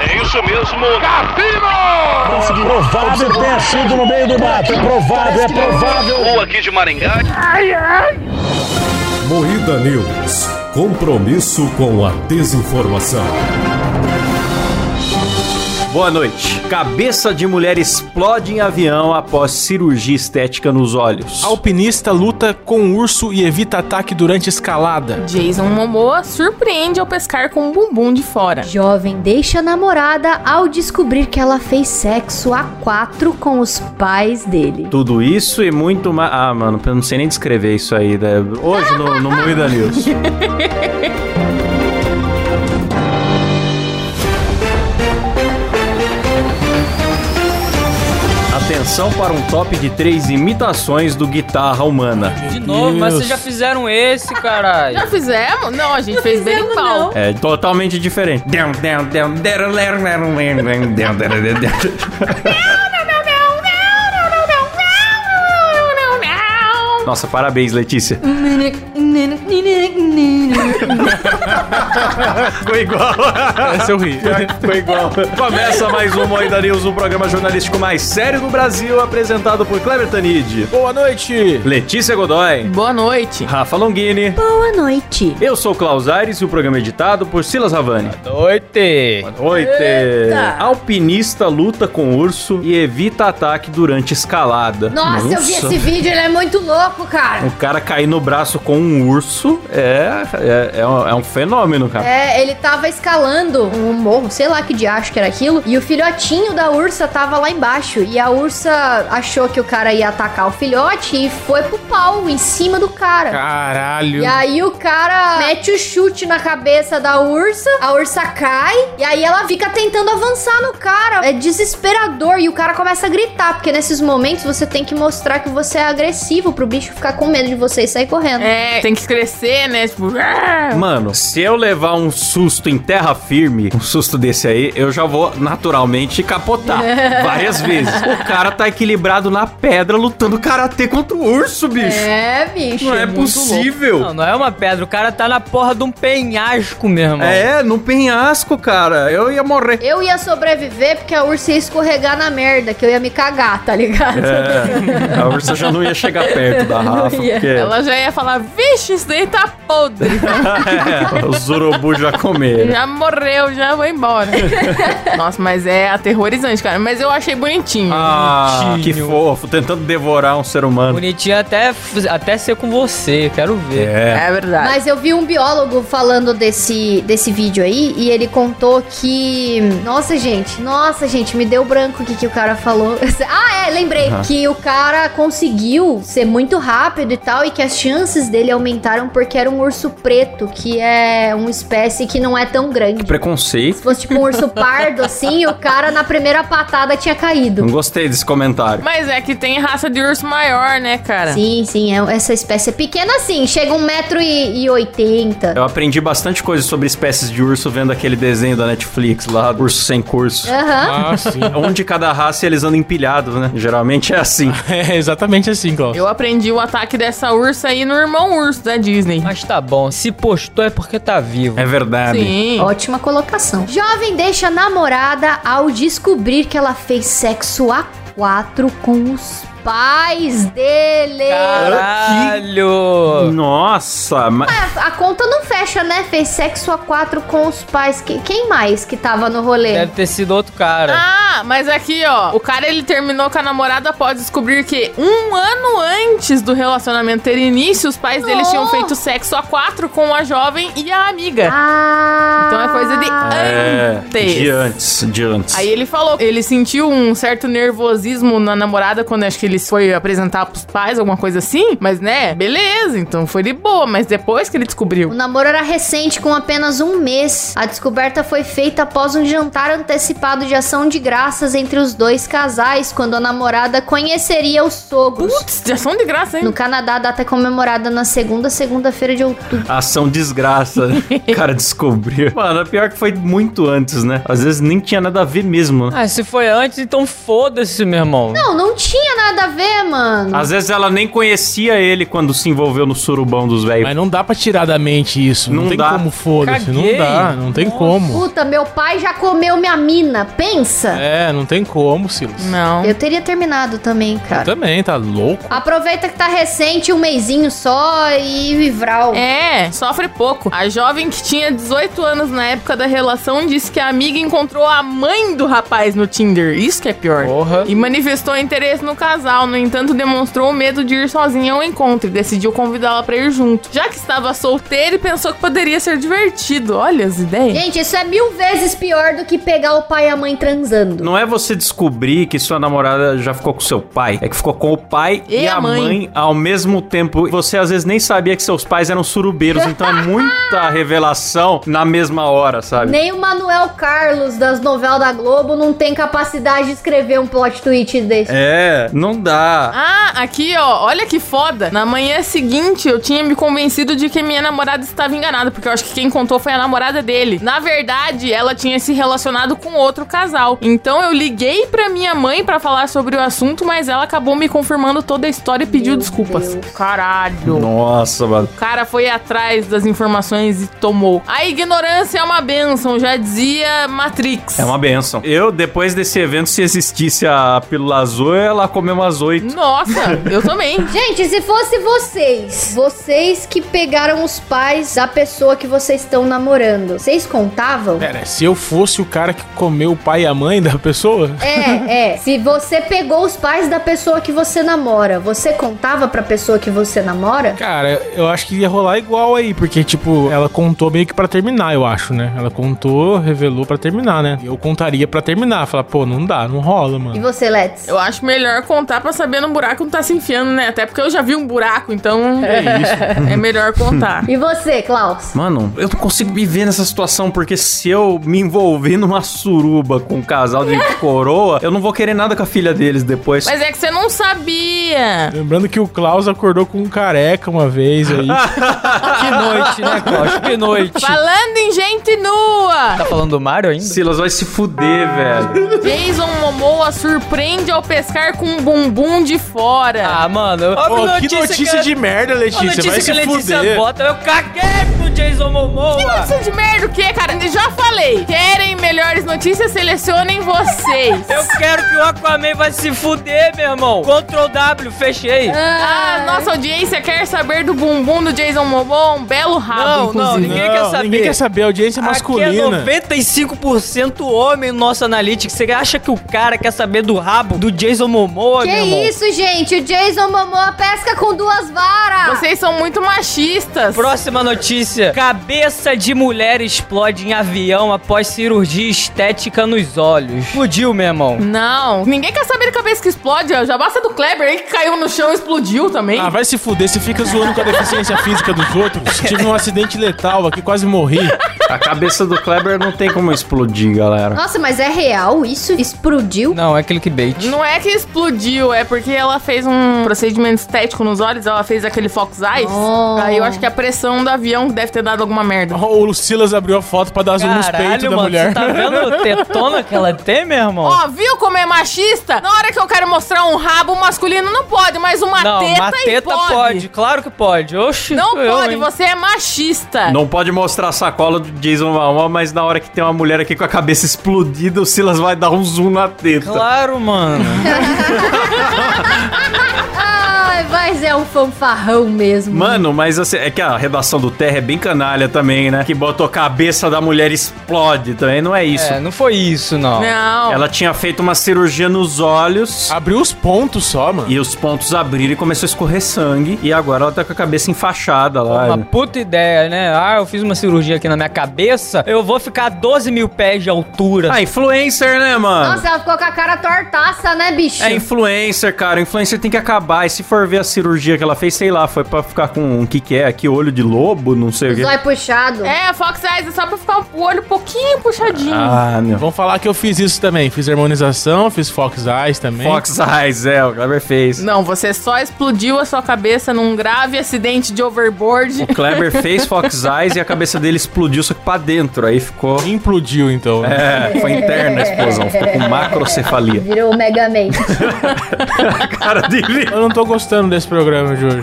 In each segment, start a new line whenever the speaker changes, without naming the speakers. É isso mesmo, Cassino!
Conseguiu. Provável ter sido no meio do mato. É provável, é provável.
Ou aqui de Maringá.
Moída News. Compromisso com a desinformação.
Boa noite. Cabeça de mulher explode em avião após cirurgia estética nos olhos.
Alpinista luta com um urso e evita ataque durante escalada.
Jason Momoa surpreende ao pescar com o bumbum de fora.
Jovem deixa a namorada ao descobrir que ela fez sexo a quatro com os pais dele.
Tudo isso e muito mais. Ah, mano, eu não sei nem descrever isso aí. né? Hoje no, no Moída News. Atenção para um top de três imitações do guitarra humana.
De novo, mas vocês já fizeram esse, caralho.
Já fizemos? Não, a gente fez bem em pau.
É totalmente diferente. Nossa, parabéns, Letícia. Ficou igual.
Essa eu ri.
Ficou igual. Começa mais um Moída News, o programa jornalístico mais sério do Brasil, apresentado por Kleber Tanid,
Boa noite.
Letícia Godoy,
Boa noite.
Rafa Longini.
Boa noite.
Eu sou o Klaus Aires e o programa é editado por Silas Ravani.
Noite.
Oite. Alpinista luta com urso e evita ataque durante escalada.
Nossa, eu vi esse vídeo, ele é muito louco, cara.
O Um cara cair no braço com um urso é, é, é um, é um fenômeno, cara.
É, ele tava escalando um morro, sei lá que diacho que era aquilo, e o filhotinho da ursa tava lá embaixo. E a ursa achou que o cara ia atacar o filhote e foi pro pau em cima do cara.
Caralho.
E aí o cara mete o chute na cabeça da ursa, a ursa cai, e aí ela fica tentando avançar no cara. É desesperador e o cara começa a gritar, porque nesses momentos você tem que mostrar que você é agressivo pro bicho ficar com medo de você e sair correndo.
É, tem que crescer, né? Tipo,
É.
ah.
Mano, se eu levar um susto em terra firme, um susto desse aí, eu já vou naturalmente capotar várias vezes. O cara tá equilibrado na pedra lutando karatê contra o urso, bicho.
É, bicho.
Não é
muito louco.
possível.
Não, não é uma pedra, o cara tá na porra de um penhasco, meu irmão.
É, no penhasco, cara. Eu ia morrer.
Eu ia sobreviver porque a ursa ia escorregar na merda, que eu ia me cagar, tá ligado?
É, a ursa já não ia chegar perto da Rafa,
ia.
porque
Ela já ia falar, vixe, isso daí tá podre.
é, os urubus já comeram.
já morreu, já vou embora. Nossa, mas é aterrorizante, cara. Mas eu achei bonitinho.
Ah, que
Bonitinho.
fofo, tentando devorar um ser humano.
Bonitinho até, até ser com você, quero ver.
É.
É verdade.
Mas eu vi um biólogo falando desse, desse vídeo aí e ele contou que. Nossa, gente, nossa, gente, me deu branco o que, que o cara falou. ah, é, lembrei.
Aham.
Que o cara conseguiu ser muito rápido e tal, e que as chances dele aumentaram porque era um urso preto, que é uma espécie que não é tão grande.
Preconceito.
Se fosse tipo um urso pardo, assim, o cara na primeira patada tinha caído.
Não gostei desse comentário.
Mas é que tem raça de urso maior, né, cara?
Sim, sim, é- essa espécie é pequena assim, chega 1,80m.
Eu aprendi bastante coisa sobre espécies de urso vendo aquele desenho da Netflix lá, Urso Sem Curso.
Aham.
Ah, sim.
Um de cada raça e eles andam empilhados, né? Geralmente é assim.
É exatamente assim, Klaus.
Eu aprendi o ataque dessa ursa aí no Irmão Urso da Disney.
Mas tá bom, se postou é porque tá vivo.
É verdade.
Sim.
Ótima colocação. Jovem deixa namorada ao descobrir que ela fez sexo a quatro com os pais dele.
Caralho!
Nossa, mas.
A conta não fecha, né? Fez sexo a quatro com os pais. Que- Quem mais que tava no rolê?
Deve ter sido outro cara.
Ah, mas aqui, ó, o cara ele terminou com a namorada após descobrir que um ano antes do relacionamento ter início, os pais dele tinham feito sexo a quatro com a jovem e a amiga.
Ah.
Então é coisa de
É.
antes.
De antes, de antes.
Aí ele falou, ele sentiu um certo nervosismo na namorada quando acho que ele foi apresentar pros pais, alguma coisa assim. Mas né, beleza, então foi de boa. Mas depois que ele
O
descobriu.
namoro era recente, com apenas um mês. A descoberta foi feita após um jantar antecipado de ação de graças entre os dois casais, quando a namorada conheceria os sogros.
Putz, já são de graça, hein?
No Canadá, a data é comemorada na segunda segunda-feira de outubro.
Ação desgraça. né? O cara descobriu. Mano, a pior que foi muito antes, né? Às vezes nem tinha nada a ver mesmo. né?
Ah, se foi antes, então foda-se, meu irmão.
Não, não tinha nada nada a ver, mano.
Às vezes ela nem conhecia ele quando se envolveu no surubão dos velhos.
Mas não dá pra tirar da mente isso. Não,
Não
tem
dá.
como, foda-se. Não
Caguei.
dá, não tem como.
Puta, meu pai já comeu minha mina. Pensa.
É, não tem como, Silas.
Não.
Eu teria terminado também, cara.
Também, tá louco?
Aproveita que tá recente, um mêsinho só e vivral.
É, sofre pouco. A jovem que tinha 18 anos na época da relação disse que a amiga encontrou a mãe do rapaz no Tinder. Isso que é pior.
Porra.
E manifestou interesse no casal, no entanto demonstrou o medo de ir sozinha ao encontro e decidiu convidá-la pra ir junto. Já que estava solteira e pensou que poderia ser divertido. Olha as ideias.
Gente, isso é mil vezes pior do que pegar o pai e a mãe transando.
Não é você descobrir que sua namorada já ficou com seu pai, é que ficou com o pai e, a mãe. ao mesmo tempo. Você às vezes nem sabia que seus pais eram surubeiros, então é muita revelação na mesma hora, sabe?
Nem o Manuel Carlos das novelas da Globo não tem capacidade de escrever um plot tweet desse.
É, não dá.
Ah, aqui ó, olha que foda. Na manhã seguinte eu tinha me convencido de que minha namorada estava enganada, porque eu acho que quem contou foi a namorada dele. Na verdade, ela tinha se relacionado com outro casal. Então eu liguei pra minha mãe pra falar sobre o assunto, mas ela acabou me confirmando toda a história e pediu desculpas. Caralho.
Nossa, mano.
O cara foi atrás das informações e tomou. A ignorância é uma benção, já dizia Matrix.
É uma benção. Eu, depois desse evento, se existisse a pílula azul, ela comeu umas oito.
Nossa, eu também.
Gente, se fosse vocês, vocês que pegaram os pais da pessoa que vocês estão namorando, vocês contavam?
Pera, se eu fosse o cara que comeu o pai e a mãe da pessoa,
É, é. Se você pegou os pais da pessoa que você namora, você contava pra pessoa que você namora?
cara, eu acho que ia rolar igual aí, porque, tipo, ela contou meio que pra terminar, eu acho, né? Ela contou, revelou pra terminar, né? Eu contaria pra terminar, falar, pô, não dá, não rola,
E
mano.
você, Let's?
Eu acho melhor contar pra saber no buraco não tá se enfiando, né? Até porque eu já vi um buraco, então
É isso.
é melhor contar.
E você, Klaus?
Mano, eu não consigo me ver nessa situação, porque se eu me envolver numa suruba com um casal de coroa, eu não vou querer nada com a filha deles depois.
Mas é que você não sabia.
Lembrando que o Klaus acordou com um careca uma vez aí.
Que noite, né, Costa? Que noite.
Falando em gente nua,
Tá falando do Mario ainda?
Silas vai se fuder, velho.
Jason Momoa surpreende ao pescar com um bumbum de fora.
Ah, mano. eu-
Pô,
Ó,
que notícia
que-
de merda,
Ó,
Letícia.
notícia
vai
que
se
a Letícia
fuder.
bota. Eu caguei pro Jason Momoa.
Que notícia de merda o que, cara? Eu Já falei. Querem melhores notícias? Selecionem vocês.
Eu quero que o Aquaman vai se fuder, meu irmão. Ctrl W, fechei.
Ah, nossa audiência quer saber do bumbum do Jason Momoa, um belo rabo,
Não, não,
inclusive.
Ninguém quer saber.
Ninguém quer saber, a audiência masculina.
Aqui é 95% homem no nosso analytics. Você acha que o cara quer saber do rabo do Jason Momoa,
Que
meu irmão?
isso, gente? O Jason Momoa pesca com duas varas!
Vocês são muito machistas.
Próxima notícia. Cabeça de mulher explode em avião após cirurgia estética nos olhos. Explodiu, meu irmão.
Não, ninguém quer saber de cabeça que explode. ó. Já basta do Kleber aí que caiu no chão e explodiu também.
Ah, vai se fuder, você fica zoando com a deficiência física dos outros. Tive um acidente letal aqui, quase morri.
A cabeça do Kleber não tem como explodir, galera.
Nossa, mas é real isso? Explodiu?
Não, é clickbait.
Não é que explodiu, é porque ela fez um procedimento estético nos olhos, ela fez aquele Fox Eyes.
Oh.
Aí eu acho que a pressão do avião deve ter dado alguma merda.
Ó, O Silas abriu a foto pra dar zoom nos peitos
Caralho,
da
mano,
mulher.
você tá vendo o tetona que ela tem, meu irmão?
Ó, viu como é machista? Na hora que eu quero mostrar um rabo masculino, não pode, mas uma
não,
teta,
uma
aí
teta
pode.
pode, claro que pode. Oxi,
Não
eu,
pode,
hein?
você é machista.
Não pode mostrar a sacola do Jason Momoa, mas na hora que tem uma mulher aqui com a cabeça explodida, o Silas vai dar um zoom na teta.
Claro, mano.
Ai, mas é um fanfarrão mesmo.
Mano, mas assim, é que a redação do Terra é bem canalha também, né? Que botou a cabeça da mulher explode também, não é isso.
É, não foi isso, não.
Não.
Ela tinha feito uma cirurgia nos olhos.
Abriu os pontos só, mano.
E os pontos abriram e começou a escorrer sangue. E agora ela tá com a cabeça enfaixada lá.
Uma puta ideia, né? Ah, eu fiz uma cirurgia aqui na minha cabeça, eu vou ficar a 12 mil pés de altura.
Ah, influencer, né, mano?
Nossa, ela ficou com a cara tortaça, né, bicho?
É influencer, cara. Influencer tem que acabar. E se for ver as cirurgia que ela fez, sei lá, foi pra ficar com o que que é aqui, olho de lobo, não sei o quê.
Zóio puxado.
É, a Fox Eyes é só pra ficar o olho um pouquinho puxadinho.
Ah, não.
Vão falar que eu fiz isso também. Fiz harmonização, fiz Fox Eyes também.
Fox Eyes, é, o Kleber fez.
Não, você só explodiu a sua cabeça num grave acidente de overboard.
O Kleber fez Fox Eyes e a cabeça dele explodiu, só que pra dentro. Aí ficou.
Implodiu, então. né?
É, foi interna a explosão, ficou com macrocefalia.
Virou o Mega Man.
Cara dele.
Eu não tô gostando desse programa de hoje.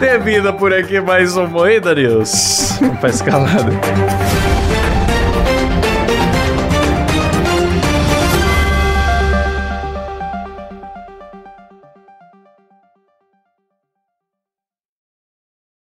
Termina por aqui mais um Moeda News. Não tá escalado.